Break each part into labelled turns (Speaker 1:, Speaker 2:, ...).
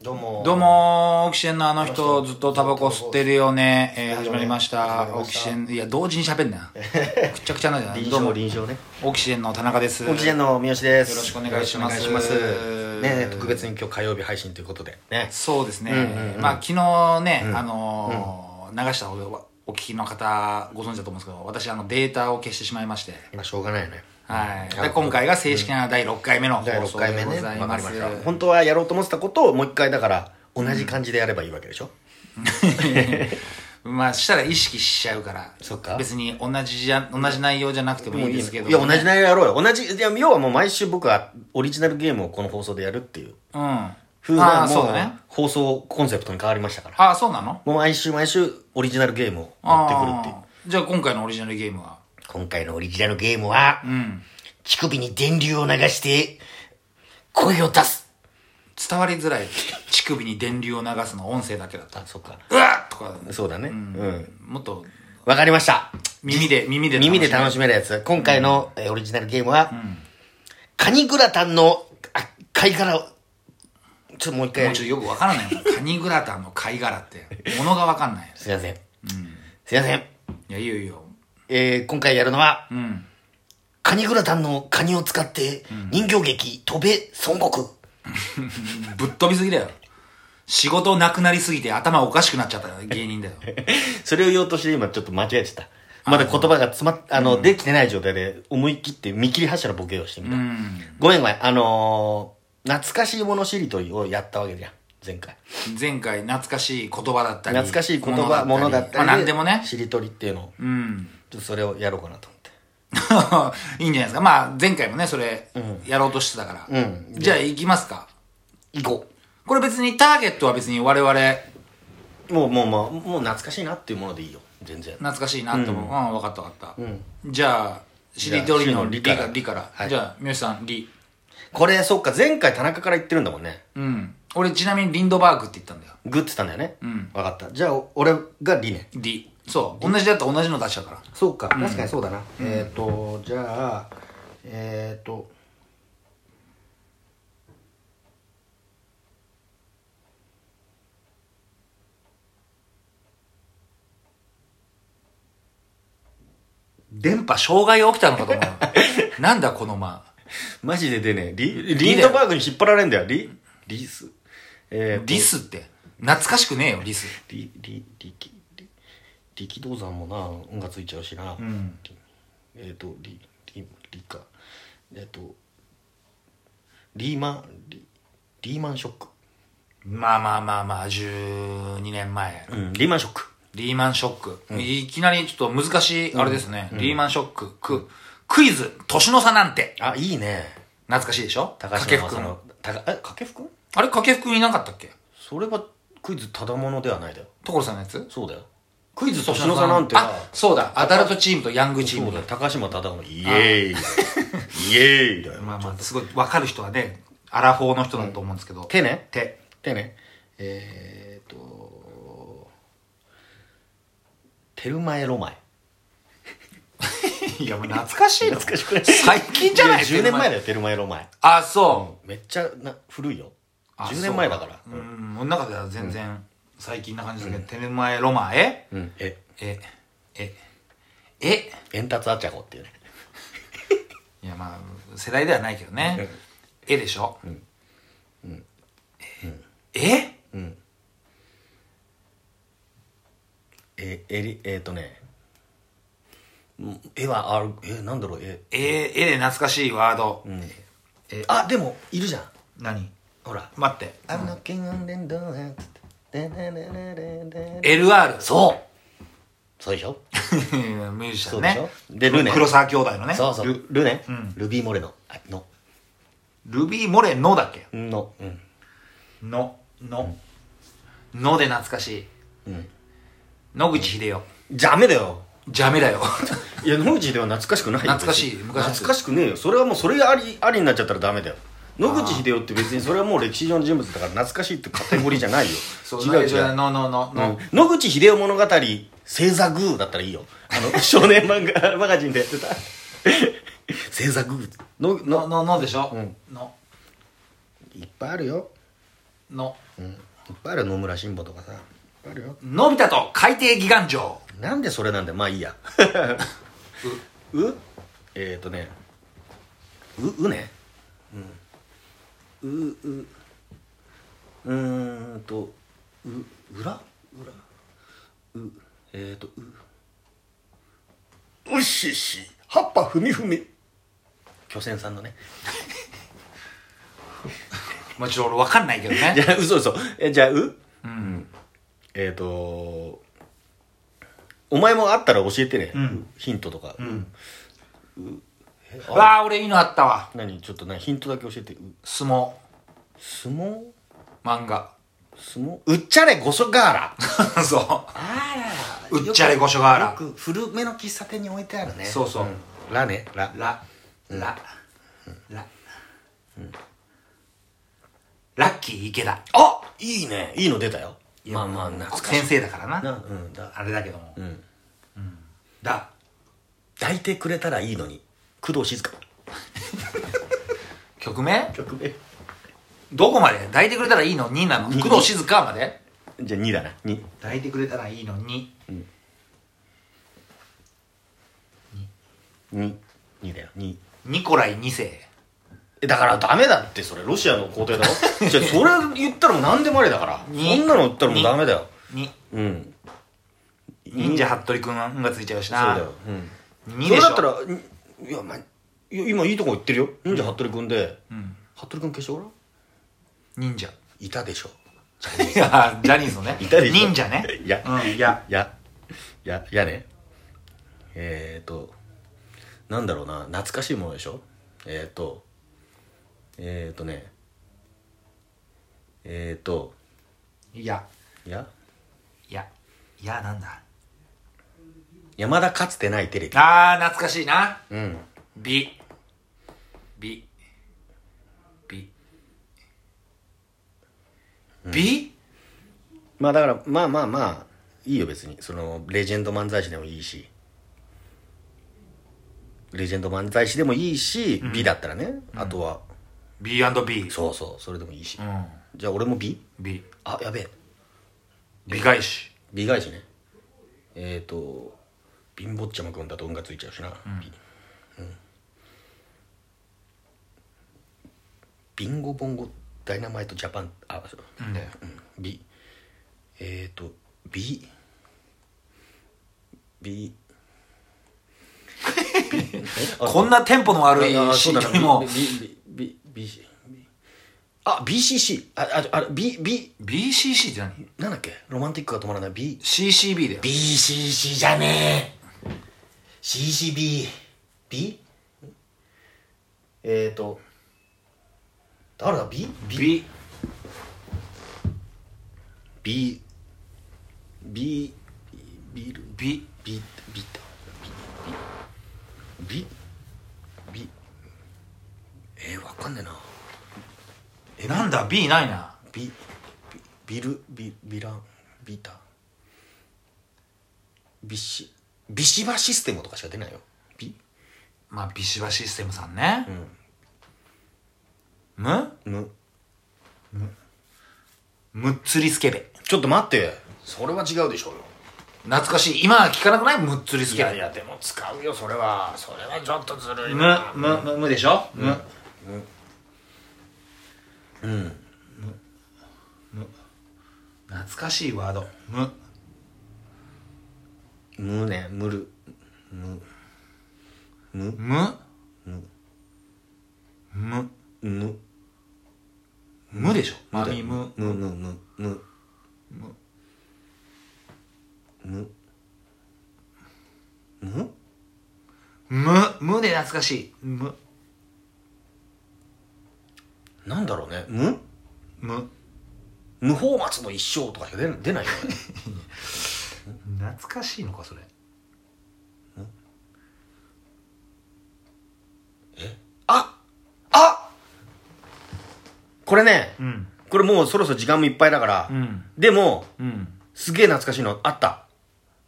Speaker 1: どうも
Speaker 2: どうもー、オキシエンのあの
Speaker 1: あの
Speaker 2: 人、
Speaker 1: 人
Speaker 2: ずっとタバコ吸ってるよね。え
Speaker 1: 吸ってる
Speaker 2: ー、
Speaker 1: よね
Speaker 2: 始まりまし
Speaker 1: 始まり
Speaker 2: た。オ
Speaker 1: ま
Speaker 2: キ
Speaker 1: した
Speaker 2: シエン、いや、同時に喋ん な。くっちゃくちゃなんじゃない
Speaker 1: 臨
Speaker 2: どう
Speaker 1: 床
Speaker 2: も、
Speaker 1: 臨床ね
Speaker 2: オキシエンの田中です。
Speaker 1: オキシエンの三好です
Speaker 2: よろしくお願いします
Speaker 1: よろしくお願いしますね特別に今日火曜日配信ということでね
Speaker 2: そうですね。
Speaker 1: うんうんうん
Speaker 2: まあ、昨日ね、あのー流したおお聞きの方、ご存知だと思うんですけど、私、あの、データを消してしまいまして。
Speaker 1: 今しょうがないよね
Speaker 2: はい。
Speaker 1: なる
Speaker 2: で
Speaker 1: ほど
Speaker 2: 今回が正式な第6回目の放
Speaker 1: 第
Speaker 2: 送
Speaker 1: 6回
Speaker 2: で
Speaker 1: 目
Speaker 2: ご
Speaker 1: ね
Speaker 2: ざい
Speaker 1: わか
Speaker 2: ま
Speaker 1: り
Speaker 2: す。
Speaker 1: ました本当はやろうと思ってたことをもう一回だから同じ感じでやればいいわけでしょ
Speaker 2: まあ、したら意識しちゃうから。
Speaker 1: そっか
Speaker 2: 別に同じじゃ、同じ内容じゃなくてもいいんですけど、
Speaker 1: いや同じ内容やろうよ同じいや要はもう毎週僕はオリジナルゲームをこの放送でやるっていう
Speaker 2: うん。あ
Speaker 1: 風な
Speaker 2: あ
Speaker 1: も
Speaker 2: ー、そううだね。
Speaker 1: 放送コンセプトに変わりましたから
Speaker 2: ああ、そうなの
Speaker 1: もう毎週毎週オリジナルゲームを持ってくるっていう
Speaker 2: あーじゃあ今回のオリジナルゲームは
Speaker 1: 今回のオリジナルゲームは、
Speaker 2: うん
Speaker 1: 乳首に電流を流して、声を出す。
Speaker 2: 伝わりづらい乳首に電流を流すの音声だけだった
Speaker 1: あ、そっか。
Speaker 2: うわっとか
Speaker 1: そうだね。うん。
Speaker 2: もっと
Speaker 1: わかりました。
Speaker 2: 耳 で耳で
Speaker 1: 耳で
Speaker 2: し
Speaker 1: 楽しめるやつ。今回の、えーオリジナルゲームは、カニグラタンの、あ、貝殻を、ちょっともう一回
Speaker 2: む
Speaker 1: やるす
Speaker 2: もうちょっとよくわからないもんカニグラタンの貝殻ってものがわかんない
Speaker 1: いません。すいません。
Speaker 2: いやいいよいいよ
Speaker 1: えー今回やるのは、
Speaker 2: うん
Speaker 1: カニグラタンのカニを使って、人形劇、飛べ、孫悟空。
Speaker 2: ぶっ飛びすぎだよ仕事なくなりすぎて頭おかしくなっちゃった芸人 だよ
Speaker 1: それを言おうとして今ちょっと間違えてた。まだ言葉が詰まっ、あの、できてない状態で思い切って見切り発車のボケをしてみた。
Speaker 2: うん
Speaker 1: ごめんごめん、あのー、懐かしいものしりとりをやったわけじゃん、前回。
Speaker 2: 前回懐かしい言葉だったり
Speaker 1: 懐かしい言葉、ものだったり。
Speaker 2: まあ、何でもね
Speaker 1: しりとりっていうのを、
Speaker 2: うん
Speaker 1: ちょっとそれをやろうかなと思って。
Speaker 2: いいんじゃないですか。まあ、前回もね、それ、やろうとしてたから。
Speaker 1: うん
Speaker 2: じゃあ、行きますか。
Speaker 1: 行こ
Speaker 2: これ別に、ターゲットは別に我々、
Speaker 1: う。もう、もう、もう、もう懐かしいなっていうものでいいよ、全然。
Speaker 2: 懐かしいなって思う。うん、分かった分かった。
Speaker 1: ん
Speaker 2: じゃあ、知りとりの
Speaker 1: じ
Speaker 2: り
Speaker 1: ゃ
Speaker 2: か
Speaker 1: あ
Speaker 2: ら、
Speaker 1: り
Speaker 2: り
Speaker 1: か
Speaker 2: からら。
Speaker 1: はい
Speaker 2: じゃあ、三好さん、り。
Speaker 1: これ、そっか、前回田中から言ってるんだもんね。
Speaker 2: うん。俺、ちなみにリンドバーグって言ったんだよ。
Speaker 1: グッてたんだよね。うん。わかった。じゃあ、俺がリね。
Speaker 2: り。そう。同じだったら同じの出しちゃうから。
Speaker 1: そうか、確かにそうだな。えっ、ー、と、じゃあ、えっ、ー、と、
Speaker 2: 電波障害が起きたのかと思 う。なんだ、この間。
Speaker 1: マジで出ねえ。リ、
Speaker 2: だ
Speaker 1: リ
Speaker 2: よ
Speaker 1: ンドバーグに引っ張られんだよ。リ、リス。えー、
Speaker 2: リスって。懐かしくねえよ、リス。
Speaker 1: リ、リ、リキ、リ、力道山もな、音がついちゃうしな。
Speaker 2: ん
Speaker 1: リえっ、ー、と、リ、リ、リか。えっ、ー、と、リーマン、リ、リーマンショック。
Speaker 2: まあまあまあまあ、12年前。
Speaker 1: うん、リーマンショック。
Speaker 2: リーマンショック。いきなりちょっと難しい、あれですね。リーマンショック、ク、クイズ、年の差なんて。
Speaker 1: あ、いいね。
Speaker 2: 懐かしいでしょ
Speaker 1: 高
Speaker 2: 掛
Speaker 1: 橋
Speaker 2: 布
Speaker 1: 正
Speaker 2: くん
Speaker 1: の。たかえ、掛布くん
Speaker 2: あれ、掛布くんいなかったっけ
Speaker 1: それはクイズただものではないだよ。
Speaker 2: 所さんのやつ
Speaker 1: そうだよ。クイズ年の
Speaker 2: さ
Speaker 1: 差なんてな
Speaker 2: あ、そうだ。アダルトチームとヤングチー
Speaker 1: そう
Speaker 2: ム
Speaker 1: だ。よ、高島忠夫イエーイ。イエーイだよ。
Speaker 2: まあまあ、すごい、わかる人はね、アラフォーの人だと思うんですけど。
Speaker 1: 手ね。
Speaker 2: 手。
Speaker 1: 手ね。えーっと、テルマエロマエ。
Speaker 2: いや、もう懐かしいの
Speaker 1: 懐かしくない
Speaker 2: 最近じゃない
Speaker 1: や ?10 年前だよ、テルマエロマエ。
Speaker 2: あ、そ
Speaker 1: めっちゃな古いよ。
Speaker 2: う。
Speaker 1: 10年前だから。
Speaker 2: そううん、俺の中では全然、最近な感じですけど、手前ロマエ
Speaker 1: うん。え、
Speaker 2: え、え、え、
Speaker 1: エンタツアチャコっていうね。
Speaker 2: いやまあ世代ではないけどね絵でしょ、うんえ
Speaker 1: え、えり、えーっとね、うん絵はある、え、なんだろう、え、
Speaker 2: え絵で懐かしいワード、え
Speaker 1: あ、でも、いるじゃん。
Speaker 2: 何
Speaker 1: ほら。
Speaker 2: 待って
Speaker 1: I'm knocking on the door つってでででででで
Speaker 2: LR
Speaker 1: そうそうでしょ
Speaker 2: う ミュージシャンね
Speaker 1: そうでしょでルネ
Speaker 2: 黒沢兄弟のね
Speaker 1: そうそう。ルルネ、
Speaker 2: ん
Speaker 1: ルビーモレノ。あの。
Speaker 2: ルビー・モレノだっけ
Speaker 1: の。うん。
Speaker 2: のの、ので懐かしい、野口英世
Speaker 1: ダメだよ。
Speaker 2: ジャ メだよ
Speaker 1: いや、野口では懐かしくないよ
Speaker 2: 懐かしい
Speaker 1: 別に
Speaker 2: 昔の
Speaker 1: 懐かしくねえよ。それはもう、それあり、ありになっちゃったらダメだよ。野口英世って別にそれはもう歴史上の人物だから懐かしいってカテゴリーじゃないよ。
Speaker 2: そう
Speaker 1: 違う
Speaker 2: じゃ
Speaker 1: 違
Speaker 2: あ
Speaker 1: う。
Speaker 2: ののの
Speaker 1: う
Speaker 2: の
Speaker 1: ん、野口英世物語、星座グーだったらいいよ。あの、少年漫画 マガジンでやってた。星座グー。の、の、
Speaker 2: のののでしょ、
Speaker 1: ん
Speaker 2: の
Speaker 1: いっぱいあるよ。
Speaker 2: の
Speaker 1: うん、いっぱいあるよ野村新保とかさいっぱいあるよ
Speaker 2: 「のび太と海底ギガン城
Speaker 1: なんでそれなんだよまあいいや うえっ、ー、とねううねうんうううーんとう裏裏うえっ、ー、とううっしっし葉っぱふみふみ巨船さんのね」
Speaker 2: まあちょっと俺分かんないけど
Speaker 1: じ
Speaker 2: ね
Speaker 1: ゃあ嘘嘘えじゃあうえっ、ー、とお前もあったら教えてね、ヒントとか、
Speaker 2: わあ俺いいのあったわ
Speaker 1: 何ちょっとねヒントだけ教えてう
Speaker 2: 相撲
Speaker 1: 相撲
Speaker 2: 漫画
Speaker 1: 相撲うっちゃれごそガーラ
Speaker 2: そ
Speaker 1: あ
Speaker 2: ううっちゃれご所ガーラ
Speaker 1: よく古めの喫茶店に置いてあるね
Speaker 2: そうそう
Speaker 1: ラねラ
Speaker 2: うララララッキー池田
Speaker 1: あいいねいいの出たよまあまあ懐かしい
Speaker 2: 先生だからな
Speaker 1: なうんだ
Speaker 2: あれだけども
Speaker 1: うん
Speaker 2: だ
Speaker 1: 抱いてくれたらいいのに工藤静香
Speaker 2: 曲名
Speaker 1: 曲名
Speaker 2: どこまで抱いてくれたらいいのになの工藤静香まで
Speaker 1: じゃあ2だな2
Speaker 2: 抱いてくれたらいいのに
Speaker 1: 2二だよ2
Speaker 2: ニコライ2世
Speaker 1: えだからダメだってそれロシアの皇帝だろ じゃあそれ言ったらもう何でもありだからそ
Speaker 2: に
Speaker 1: んなの言ったらもうダメだよ
Speaker 2: に
Speaker 1: うん
Speaker 2: 忍者服部くんがついちゃうし
Speaker 1: そう
Speaker 2: な
Speaker 1: だようん
Speaker 2: 2
Speaker 1: そ
Speaker 2: で
Speaker 1: れ
Speaker 2: し
Speaker 1: だった
Speaker 2: ょ
Speaker 1: らにいやまあいや今いいとこ言ってるよ忍者服部君で、服部君消してごらん
Speaker 2: 忍者
Speaker 1: いたでしょ
Speaker 2: いやジャニーズのね
Speaker 1: いたでしょ
Speaker 2: 忍者ね
Speaker 1: いや
Speaker 2: うんいや
Speaker 1: やややねえっ、ー、となんだろうな懐かしいものでしょえっ、ー、とえっ、ー、とねえっ、ー、と
Speaker 2: いや
Speaker 1: いや
Speaker 2: いやいやなんだ
Speaker 1: 山田かつてないテレビ
Speaker 2: あー懐かしいな
Speaker 1: うん
Speaker 2: 美美美美
Speaker 1: まあだからまあまあまあいいよ別にそのレジェンド漫才師でもいいしレジェンド漫才師でもいいし、美だったらね、あとは
Speaker 2: B&B
Speaker 1: そうそうそれでもいいし、
Speaker 2: うん
Speaker 1: じゃあ俺も美
Speaker 2: 美
Speaker 1: あやべえ
Speaker 2: 美外視
Speaker 1: 美外視ねえっ、ー、と貧乏ちゃまくんだと運がついちゃうしな、美うんビンゴボンゴダイナマイトジャパンあそう
Speaker 2: うんだよ
Speaker 1: 美えっ、ー、と美美美あ
Speaker 2: こんなテンポの悪い
Speaker 1: ああ
Speaker 2: シ
Speaker 1: そう
Speaker 2: ー
Speaker 1: だ
Speaker 2: ン
Speaker 1: な
Speaker 2: にも
Speaker 1: B B B B B あ BCC あああ B B
Speaker 2: BCC って何
Speaker 1: なんだっけロマンティックが止まらない B
Speaker 2: ?CCB だよ
Speaker 1: BCC じゃねえ CCB B えーと誰だ B B
Speaker 2: B
Speaker 1: B B ビール
Speaker 2: B
Speaker 1: ビビタビビビビえー、わかんねえな
Speaker 2: えなんだ B ないな
Speaker 1: ビビビルビビランビタビシビシバシステムとかしか出ないよビ
Speaker 2: まあビシバシステムさんねむ
Speaker 1: む
Speaker 2: むっつりスケベ
Speaker 1: ちょっと待ってそれは違うでしょうよ
Speaker 2: 懐かしい今は聞かなくないむっつりス
Speaker 1: い
Speaker 2: ケ
Speaker 1: や
Speaker 2: ベ
Speaker 1: いやでも使うよそれはそれはちょっとずるい
Speaker 2: む
Speaker 1: な、
Speaker 2: む、む、むでしょむ。む。む。懐かしいワード。む。
Speaker 1: むねむる
Speaker 2: む。む。
Speaker 1: む
Speaker 2: むでしょまみむ。
Speaker 1: むむむむむむ
Speaker 2: む。むで懐かしい。む。
Speaker 1: なんだろうねむ
Speaker 2: む。
Speaker 1: 無法松の一生とかしか出出ないよね
Speaker 2: 懐かしいのか、それ。
Speaker 1: ああこれね、
Speaker 2: ん
Speaker 1: これもうそろそろ時間もいっぱいだから、
Speaker 2: ん
Speaker 1: でも
Speaker 2: うん。
Speaker 1: すげえ懐かしいのあった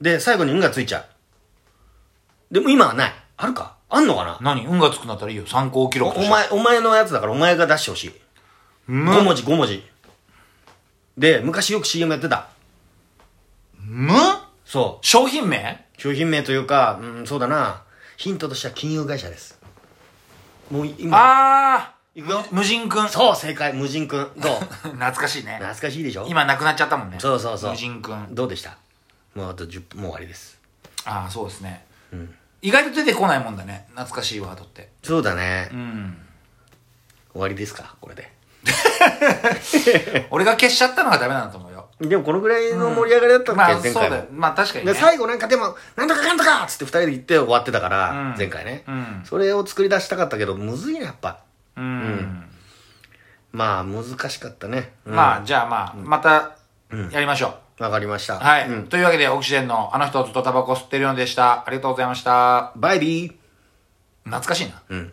Speaker 1: で最後に「ん」がついちゃうでも今はないあるかあんのかな
Speaker 2: 何運がつくなったらいいよ。参考記
Speaker 1: お
Speaker 2: 録として
Speaker 1: お。前お前のやつだからお前が出してほしい
Speaker 2: む
Speaker 1: 5。文字5文字で昔よく CM やってた
Speaker 2: む
Speaker 1: そ
Speaker 2: 商品名
Speaker 1: う商品名というかうんそうだなヒントとしては金融会社ですもう今
Speaker 2: あー
Speaker 1: いくよ
Speaker 2: 無人くん 懐
Speaker 1: そう正解無人くんどう
Speaker 2: かしいね
Speaker 1: 懐かしいでしょ
Speaker 2: 今なくなっちゃったもんね
Speaker 1: そうそうそう
Speaker 2: 無人くんあ
Speaker 1: どうでしたもうあと10分もう終わりです
Speaker 2: あーそうですね、意外と出てこないもんだね懐かしいワードって
Speaker 1: そうだね、
Speaker 2: うん
Speaker 1: 終わりですかこれで
Speaker 2: 俺が消しちゃったのがダメなんだと思うよ
Speaker 1: でもこのぐらいの盛り上がりだったっけ、
Speaker 2: まあそう
Speaker 1: 前回も
Speaker 2: だよまあ確かにね
Speaker 1: で最後なんかでも「なんとかかんとか!」っつって2人で言って終わってたから、
Speaker 2: うん
Speaker 1: 前回ね、
Speaker 2: うん
Speaker 1: それを作り出したかったけどむずいなやっぱ
Speaker 2: うん、
Speaker 1: まあ難しかったね、うん
Speaker 2: まあじゃあまあまたやりましょう、
Speaker 1: わかりました
Speaker 2: はい、
Speaker 1: うん
Speaker 2: というわけでオキシデンのあの人ずっとタバコ吸ってるのでしたありがとうございました
Speaker 1: バイビー
Speaker 2: 懐かしいな
Speaker 1: うん